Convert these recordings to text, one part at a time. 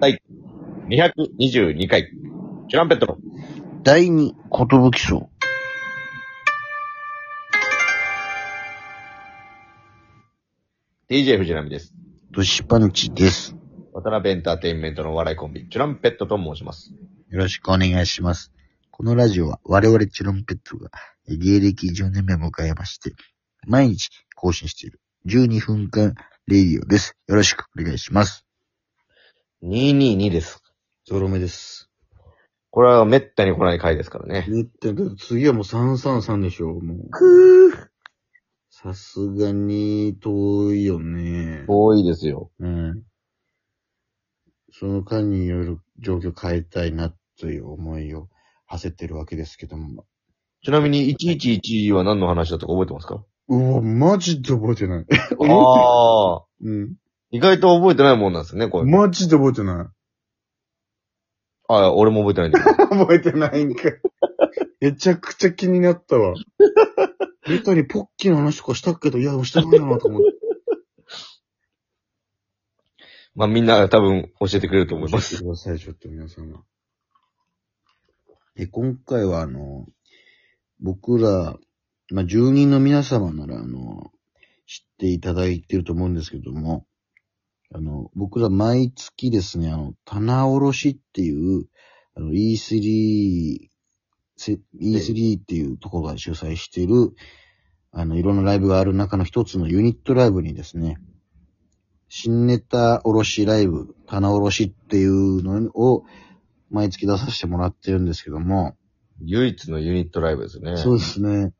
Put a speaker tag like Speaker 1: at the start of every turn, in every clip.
Speaker 1: 第222回、チュランペットの
Speaker 2: 第二、ことぶき賞。
Speaker 1: DJ 藤波です。
Speaker 2: ドシパンチです。
Speaker 1: 渡辺エンターテインメントのお笑いコンビ、チュランペットと申します。
Speaker 2: よろしくお願いします。このラジオは我々チュロンペットがえ芸歴10年目を迎えまして、毎日更新している12分間レディオです。よろしくお願いします。
Speaker 1: 222です。
Speaker 3: ゾロ目です。
Speaker 1: これはめったに来ない回ですからね。
Speaker 3: 言ってるけど、次はもう333でしょ、もう。
Speaker 2: くー。
Speaker 3: さすがに遠いよね。
Speaker 1: 多いですよ。
Speaker 3: うん。その間にいろいろ状況変えたいなという思いを馳せてるわけですけども。
Speaker 1: ちなみに111は何の話だったか覚えてますか
Speaker 3: うわ、マジで覚えてない。
Speaker 1: ああ、
Speaker 3: うん。
Speaker 1: 意外と覚えてないもんなんですね、これ。
Speaker 3: マジで覚えてない。
Speaker 1: あ俺も覚えてないんだけど。
Speaker 3: 覚えてないんかい。めちゃくちゃ気になった わ。ベタにポッキーの話とかしたけど、いや、したないなと思って。
Speaker 1: まあみんな多分教えてくれると思いま
Speaker 3: 教え
Speaker 1: す。
Speaker 3: てください、ちょっと皆様。で、今回はあの、僕ら、まあ、住人の皆様なら、あの、知っていただいてると思うんですけども、あの、僕ら毎月ですね、あの、棚卸しっていう、あの、E3、せ E3 っていうところが主催している、あの、いろんなライブがある中の一つのユニットライブにですね、新ネタ卸しライブ、棚卸しっていうのを毎月出させてもらってるんですけども、
Speaker 1: 唯一のユニットライブですね。
Speaker 3: そうですね。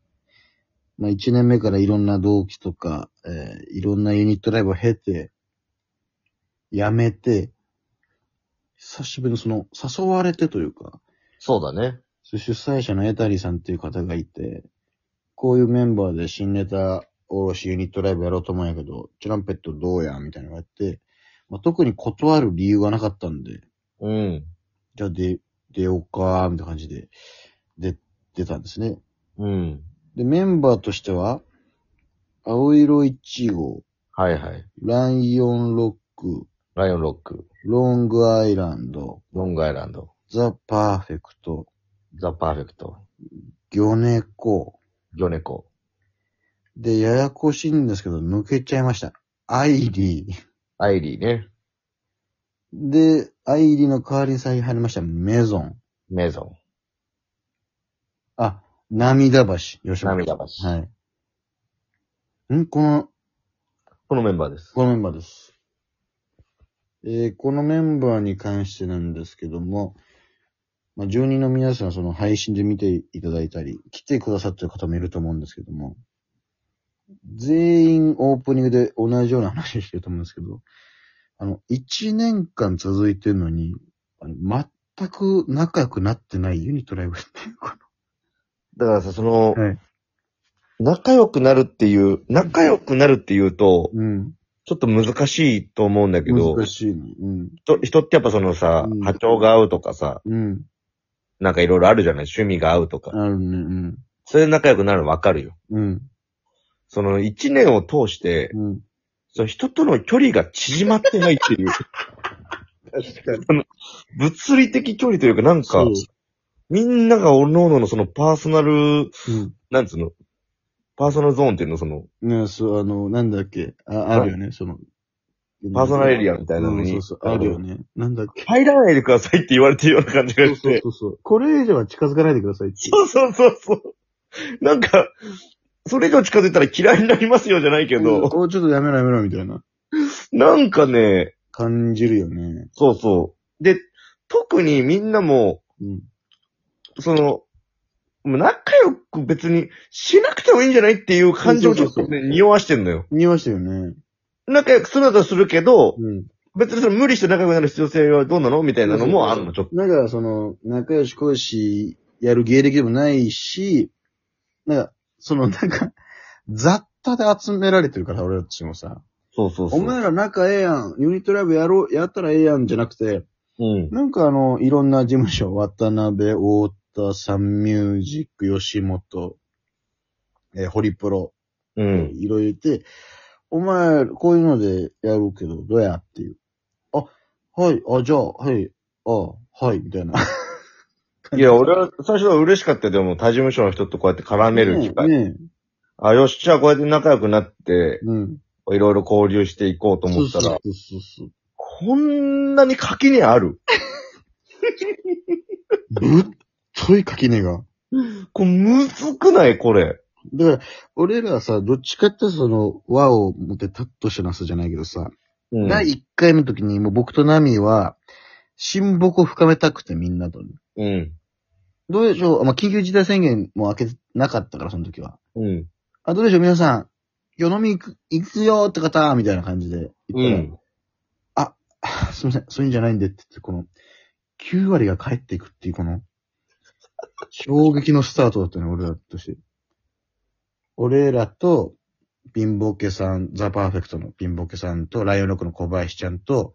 Speaker 3: まあ一年目からいろんな同期とか、えーいろんなユニットライブを経て、辞めて、久しぶりにその、誘われてというか、
Speaker 1: そうだね。
Speaker 3: そう主催者のエタリさんっていう方がいて、こういうメンバーで新ネタおろしユニットライブやろうと思うんやけど、チュランペットどうやみたいなのがあって、まあ、特に断る理由がなかったんで、
Speaker 1: うん。
Speaker 3: じゃあ出、出ようか、みたいな感じで、で、出たんですね。
Speaker 1: うん。
Speaker 3: で、メンバーとしては、青色1号、
Speaker 1: はいはい。
Speaker 3: ライオンロック、
Speaker 1: ライオンロック、
Speaker 3: ロングアイランド、
Speaker 1: ロングアイランド、
Speaker 3: ザ・パーフェクト、
Speaker 1: ザ・パーフェクト、
Speaker 3: 魚猫。
Speaker 1: 魚猫。
Speaker 3: で、ややこしいんですけど、抜けちゃいました。アイリー。
Speaker 1: アイリーね。
Speaker 3: で、アイリーの代わりに最近入りました、メゾン。
Speaker 1: メゾ
Speaker 3: あ、涙橋。吉
Speaker 1: ン。涙橋。
Speaker 3: はい。んこの、
Speaker 1: このメンバーです。
Speaker 3: このメンバーです。えーこのメンバーに関してなんですけども、まあ、住人の皆さん、その配信で見ていただいたり、来てくださってる方もいると思うんですけども、全員オープニングで同じような話してると思うんですけど、あの、1年間続いてるのに、あの全く仲良くなってないユニットライブっていうか、
Speaker 1: だからさ、その、
Speaker 3: はい
Speaker 1: 仲良くなるっていう、仲良くなるっていうと、
Speaker 3: うん。
Speaker 1: ちょっと難しいと思うんだけど、
Speaker 3: 難しいね。うん。
Speaker 1: 人人ってやっぱそのさ、
Speaker 3: うん
Speaker 1: 波長が合うとかさ、
Speaker 3: うん。
Speaker 1: なんかいろいろあるじゃない趣味が合うとか。
Speaker 3: あるね。うん。
Speaker 1: それで仲良くなるのわかるよ。
Speaker 3: うん。
Speaker 1: その一年を通して、
Speaker 3: うん。
Speaker 1: その人との距離が縮まってないっ ていう、
Speaker 3: 確かに。
Speaker 1: 物理的距離というかなんか
Speaker 3: そう、。
Speaker 1: みんなが各々のそのパーソナル、
Speaker 3: うん。
Speaker 1: なんつうの、パーソナルゾーンっていうのその、
Speaker 3: ね、そう、あの、なんだっけ、ああるよね、その。
Speaker 1: パーソナルエリアみたいなの
Speaker 3: うん
Speaker 1: に、
Speaker 3: そうそう、あるよね。なんだっけ。
Speaker 1: 入らないでくださいって言われてるような感じが
Speaker 3: そう
Speaker 1: し
Speaker 3: そう
Speaker 1: て。
Speaker 3: そうそう。これ以上は近づかないでくださいって。
Speaker 1: そうそうそうそう。なんか、それ以上近づいたら嫌いになりますよじゃないけ
Speaker 3: うん
Speaker 1: ど、
Speaker 3: お、ちょっとやめろやめろみたいな。
Speaker 1: なんかね、
Speaker 3: 感じるよね。
Speaker 1: そうそう。で、特にみんなも、
Speaker 3: うん。
Speaker 1: その、もう仲良く別にしなくてもいいんじゃないっていう感情をちょっと
Speaker 3: そうそ
Speaker 1: ね、匂わしてんのよ。
Speaker 3: 見ましたよね。
Speaker 1: 仲良くするならするけど、
Speaker 3: うん。
Speaker 1: 別にその無理して仲良くなる必要性はどうなのみたいなのもあるの、ちょっと。
Speaker 3: なんか、その、仲良し恋し、やる芸歴でもないし、なんか、その、なんか、雑多で集められてるから、俺たちもさ。
Speaker 1: そうそうそ
Speaker 3: お
Speaker 1: う。
Speaker 3: 前ら仲ええやん。ユニットライブやろう、やったらええやん、じゃなくて、
Speaker 1: うん。
Speaker 3: なんかあの、いろんな事務所、渡辺、太田、サンミュージック、吉本、えーホリプロ、
Speaker 1: うん。
Speaker 3: いろいろいて、お前、こういうのでやるけど、どうやっていう。あ、はい、あ、じゃあ、はい、あ、はい、みたいな。
Speaker 1: いや、俺は最初は嬉しかったよでも、他事務所の人とこうやって絡める機会。
Speaker 3: ねえね
Speaker 1: あ、よし、じゃあこうやって仲良くなって
Speaker 3: え、うん。
Speaker 1: いろいろ交流していこうと思った
Speaker 3: そ
Speaker 1: ら
Speaker 3: う、そうそうそう。
Speaker 1: こんなに垣根ある
Speaker 3: ぶっとい垣根が。
Speaker 1: これ、むずくないこれ。
Speaker 3: だから、俺らはさ、どっちかってその、和を持ってタッとしてなすじゃないけどさ、
Speaker 1: うん
Speaker 3: 第1回目の時にもう僕とナミは、親睦を深めたくてみんなと。
Speaker 1: うん。
Speaker 3: どうでしょうまあ、緊急事態宣言も開けてなかったから、その時は。
Speaker 1: うん。
Speaker 3: あ、どうでしょう皆さん、今日飲み行く、行くよって方、みたいな感じで
Speaker 1: う
Speaker 3: 言ったら、
Speaker 1: ん。
Speaker 3: あ すいません、そういうんじゃないんでって言って、この、9割が帰っていくっていう、この、衝撃のスタートだったね、俺らとして。俺らと、貧乏家さん、ザ・パーフェクトの貧乏家さんと、ライオンロックの小林ちゃんと、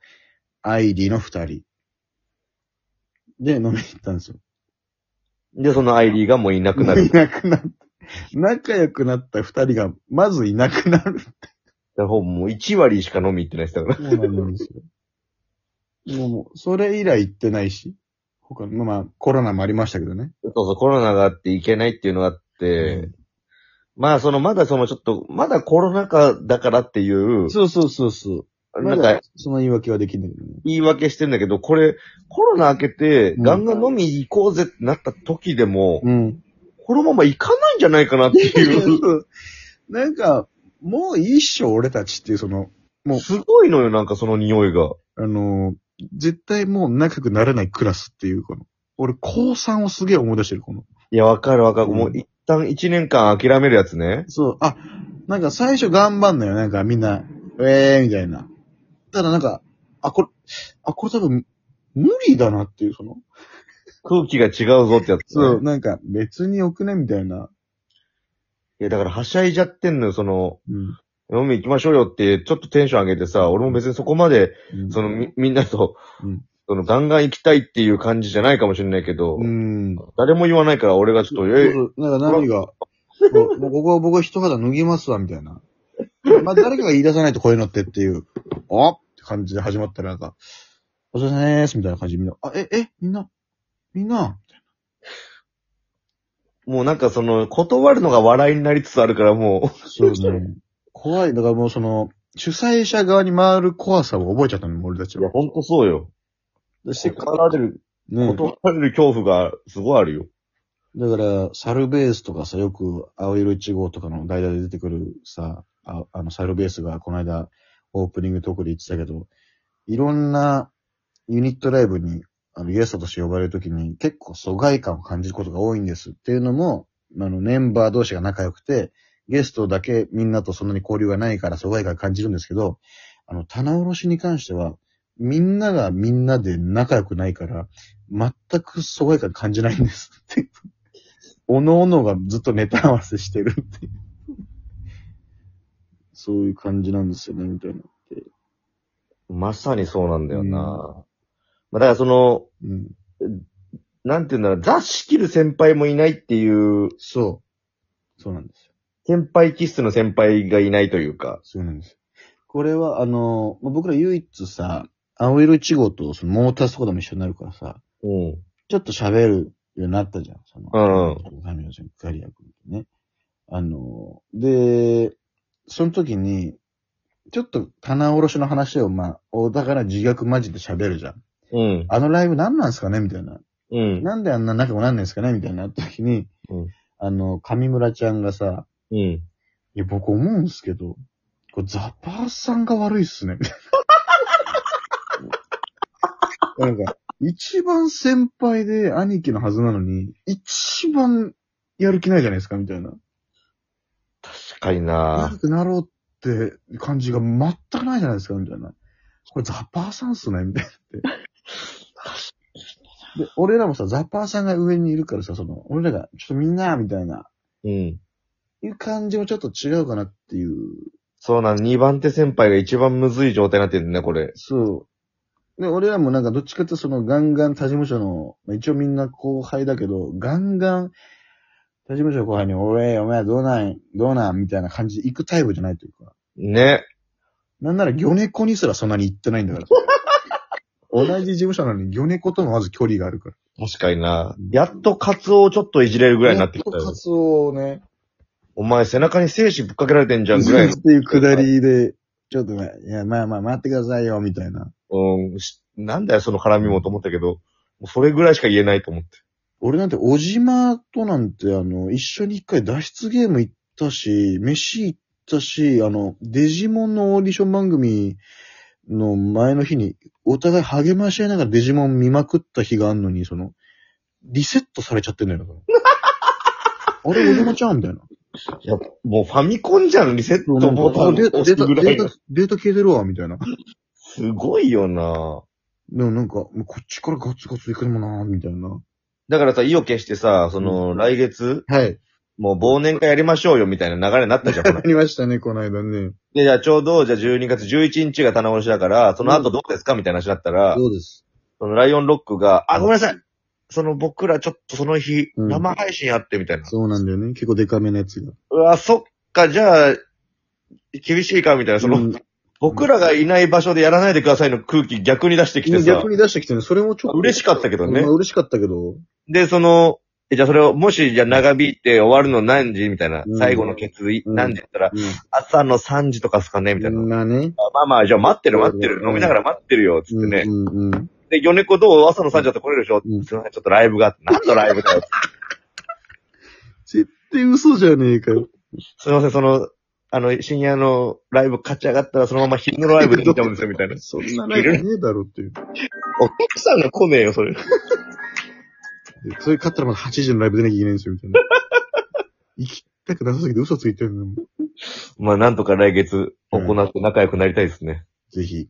Speaker 3: アイディの二人。で、飲みに行ったんですよ。
Speaker 1: で、そのアイリーがもういなくなる。
Speaker 3: いなくなった。仲良くなった二人が、まずいなくなる。
Speaker 1: だからもう1割しか飲み行ってない人だから。
Speaker 3: そうなんですよ。もうもう、それ以来行ってないし、他の、まあ、コロナもありましたけどね。
Speaker 1: そうそう、コロナがあって行けないっていうのがあって、
Speaker 3: うん
Speaker 1: まあそのまだそのちょっと、まだコロナ禍だからっていう、
Speaker 3: そうそうそうそう。
Speaker 1: なん
Speaker 3: ま
Speaker 1: か
Speaker 3: だ、その言い訳はできないよね。
Speaker 1: 言い訳してんだけど、これ、コロナ明けて、
Speaker 3: うん
Speaker 1: ガンガン飲み行こうぜってなった時でも、
Speaker 3: うん。
Speaker 1: このまま行かないんじゃないかなっていう、
Speaker 3: なんか、もういいっしょ、俺たちっていう、その、うん
Speaker 1: すごいのよ、なんかその匂いが。
Speaker 3: あの、絶対もう仲良くならないクラスっていう、この。俺、高3をすげえ思い出してる、この。
Speaker 1: いや、わかるわかる。
Speaker 3: うん
Speaker 1: もう一旦一年間諦めるやつね。
Speaker 3: そう、あ、なんか最初頑張んのよ、なんかみんな、えーみたいな。ただなんか、あ、これ、あ、これ多分、無理だなっていう、その。
Speaker 1: 空気が違うぞってやつ、
Speaker 3: そう、。なんか、別によくねみたいな。
Speaker 1: いや、だからはしゃいじゃってんのよ、その、
Speaker 3: うん。
Speaker 1: 飲み行きましょうよって、ちょっとテンション上げてさ、俺も別にそこまで、そのみ、みんなと、
Speaker 3: うん
Speaker 1: その、ガンガン行きたいっていう感じじゃないかもしれないけど、
Speaker 3: うん。
Speaker 1: 誰も言わないから俺がちょっと、え、
Speaker 3: そうそうなんか何が、そうもうここは僕は一肌脱ぎますわ、みたいな。まあ、誰かが言い出さないとこういうのってっていう、あって感じで始まったらなんか、お疲れ様です、みたいな感じでみんな、あ、え、え、みんな、みんな、
Speaker 1: もうなんかその、断るのが笑いになりつつあるからも
Speaker 3: そうね。怖い。だからもうその、主催者側に回る怖さを覚えちゃったの、俺たち
Speaker 1: う、いや、
Speaker 3: は。
Speaker 1: ほんとそうよ。
Speaker 3: でせっか
Speaker 1: 断られる、
Speaker 3: くね。
Speaker 1: 断られる恐怖がすごいあるよ。
Speaker 3: だから、サルベースとかさ、よく、青色1号とかの代打で出てくるさ、ああの、サルベースがこの間、オープニングトークで言ってたけど、いろんなユニットライブに、あの、ゲストとして呼ばれるときに、結構疎外感を感じることが多いんですっていうのも、あの、メンバー同士が仲良くて、ゲストだけみんなとそんなに交流がないから疎外感感じるんですけど、あの、棚卸しに関しては、みんながみんなで仲良くないから、全く疎外感感じないんですって。おのおのがずっとネタ合わせしてるっていう。そういう感じなんですよね、みたいな。
Speaker 1: まさにそうなんだよ
Speaker 3: うん
Speaker 1: な。まあだからその、
Speaker 3: うん。
Speaker 1: なんていうんだろう、雑誌切る先輩もいないっていう、
Speaker 3: そう。そうなんですよ。
Speaker 1: 先輩気質の先輩がいないというか。
Speaker 3: そうなんですよ。これは、あの、まあ僕ら唯一さ、青色1号とそのモータースコーダも一緒になるからさ、
Speaker 1: うん。
Speaker 3: ちょっと喋るようになったじゃん、その。
Speaker 1: う
Speaker 3: 神野さん、ガリア君とね。あの、で、その時に、ちょっと棚卸しの話を、まあ、お互いの自虐マジで喋るじゃん。
Speaker 1: うん。
Speaker 3: あのライブ何なんですかねみたいな。
Speaker 1: うん。
Speaker 3: なんであんな仲良くなんないんですかねみたいな時に、
Speaker 1: うん
Speaker 3: あの、上村ちゃんがさ、
Speaker 1: うん。
Speaker 3: いや、僕思うんですけど、これザパーさんが悪いっすね。み たいななんか、一番先輩で兄貴のはずなのに、一番やる気ないじゃないですかみたいな。
Speaker 1: 確かに
Speaker 3: 悪
Speaker 1: な
Speaker 3: くなろうって感じが全くないじゃないですかみたいな。これザパーさんっすねみたいなって。で、俺らもさ、ザパーさんが上にいるからさ、その、俺らが、ちょっとみんな、みたいな、
Speaker 1: うん。
Speaker 3: いう感じもちょっと違うかなっていう
Speaker 1: そうなの、二番手先輩が一番むずい状態になってるね、これ。
Speaker 3: そう。で、俺らもなんかどっちかっていうとそのガンガン他事務所の、まあ、一応みんな後輩だけど、ガンガン他事務所の後輩に、俺、お前どうなん、どうなん、みたいな感じで行くタイプじゃないというか。
Speaker 1: ね。
Speaker 3: なんなら魚猫にすらそんなに行ってないんだから。同じ事務所なのに、魚猫ともまず距離があるから。
Speaker 1: 確かにな。やっとカツオをちょっといじれるぐらいになってきた
Speaker 3: やと
Speaker 1: よ
Speaker 3: カ。ツオをね、
Speaker 1: お前背中に精子ぶっかけられてんじゃんぐらいの。
Speaker 3: っていうくだりで、ちょっとね、いや、まあまあ、待ってくださいよ、みたいな。
Speaker 1: うん、しなんだよ、その絡みもと思ったけど、もうそれぐらいしか言えないと思って。
Speaker 3: 俺なんて、小島となんて、あの、一緒に一回脱出ゲーム行ったし、飯行ったし、あの、デジモンのオーディション番組の前の日に、お互い励まし合いながらデジモン見まくった日があんのに、その、リセットされちゃってんだよな、そのあれ、小島ちゃんみたいな。
Speaker 1: いや、もうファミコンじゃん、リセットボタン
Speaker 3: あデータ、
Speaker 1: 押
Speaker 3: デー
Speaker 1: す
Speaker 3: タ、
Speaker 1: ぐら
Speaker 3: デ
Speaker 1: い
Speaker 3: ー
Speaker 1: の
Speaker 3: タ。、データ消えてるわ、みたいな。
Speaker 1: すごいよな
Speaker 3: でもなんか、もうこっちからガツガツいくのもなーみたいな。
Speaker 1: だからさ、意を決してさ、その、来月、
Speaker 3: はい。
Speaker 1: もう忘年会やりましょうよ、みたいな流れになったじゃん、ほ ら
Speaker 3: ありましたね、この間ね。
Speaker 1: で、じゃあちょうど、じゃあ12月11日が棚卸しだから、その後どうですかみたいな話だったら、
Speaker 3: そうです。
Speaker 1: そのライオンロックが、あ、ごめんなさいその僕らちょっとその日、
Speaker 3: うん
Speaker 1: 生配信やってみたいな。
Speaker 3: そうなんだよね。結構デカめのやつが。
Speaker 1: うわ、そっか、じゃあ、厳しいか、みたいな、その、
Speaker 3: うん
Speaker 1: 僕らがいない場所でやらないでくださいの空気逆に出してきてさ
Speaker 3: 逆、に出してきてね、それもちょっと。
Speaker 1: 嬉しかったけどね
Speaker 3: まあ嬉しかったけど。
Speaker 1: で、その、えじゃあそれを、もし、じゃあ長引いて終わるの何時みたいな
Speaker 3: う、ん
Speaker 1: 最後の決意、
Speaker 3: うん
Speaker 1: 何時って言ったら、
Speaker 3: う
Speaker 1: 朝の3時とかっすかねみたいな。
Speaker 3: ん。なね。
Speaker 1: まあまあ、じゃあ待ってる待って
Speaker 3: う
Speaker 1: る、
Speaker 3: ん
Speaker 1: 飲みながら待ってるよ、つってね。
Speaker 3: うんうん。
Speaker 1: で、米子どう朝の3時だと来れるでしょ、
Speaker 3: うん
Speaker 1: すいません、ちょっとライブがあって、何のライブだよ。
Speaker 3: 絶対嘘じゃねえかよ。
Speaker 1: すいません、その、あの、深夜のライブ勝ち上がったら、そのまま昼のライブで見たんですよ、みたい な。
Speaker 3: そんなライブねえだろっていう。
Speaker 1: お客さんが来ねえよ、それ。
Speaker 3: でそれ勝ったらまだ8時のライブ出なきゃいけないんですよ、みた いな。行きたくなさすぎて嘘ついてるの。
Speaker 1: まあ、なんとか来月、行って仲良くなりたいですね。
Speaker 3: ぜひ。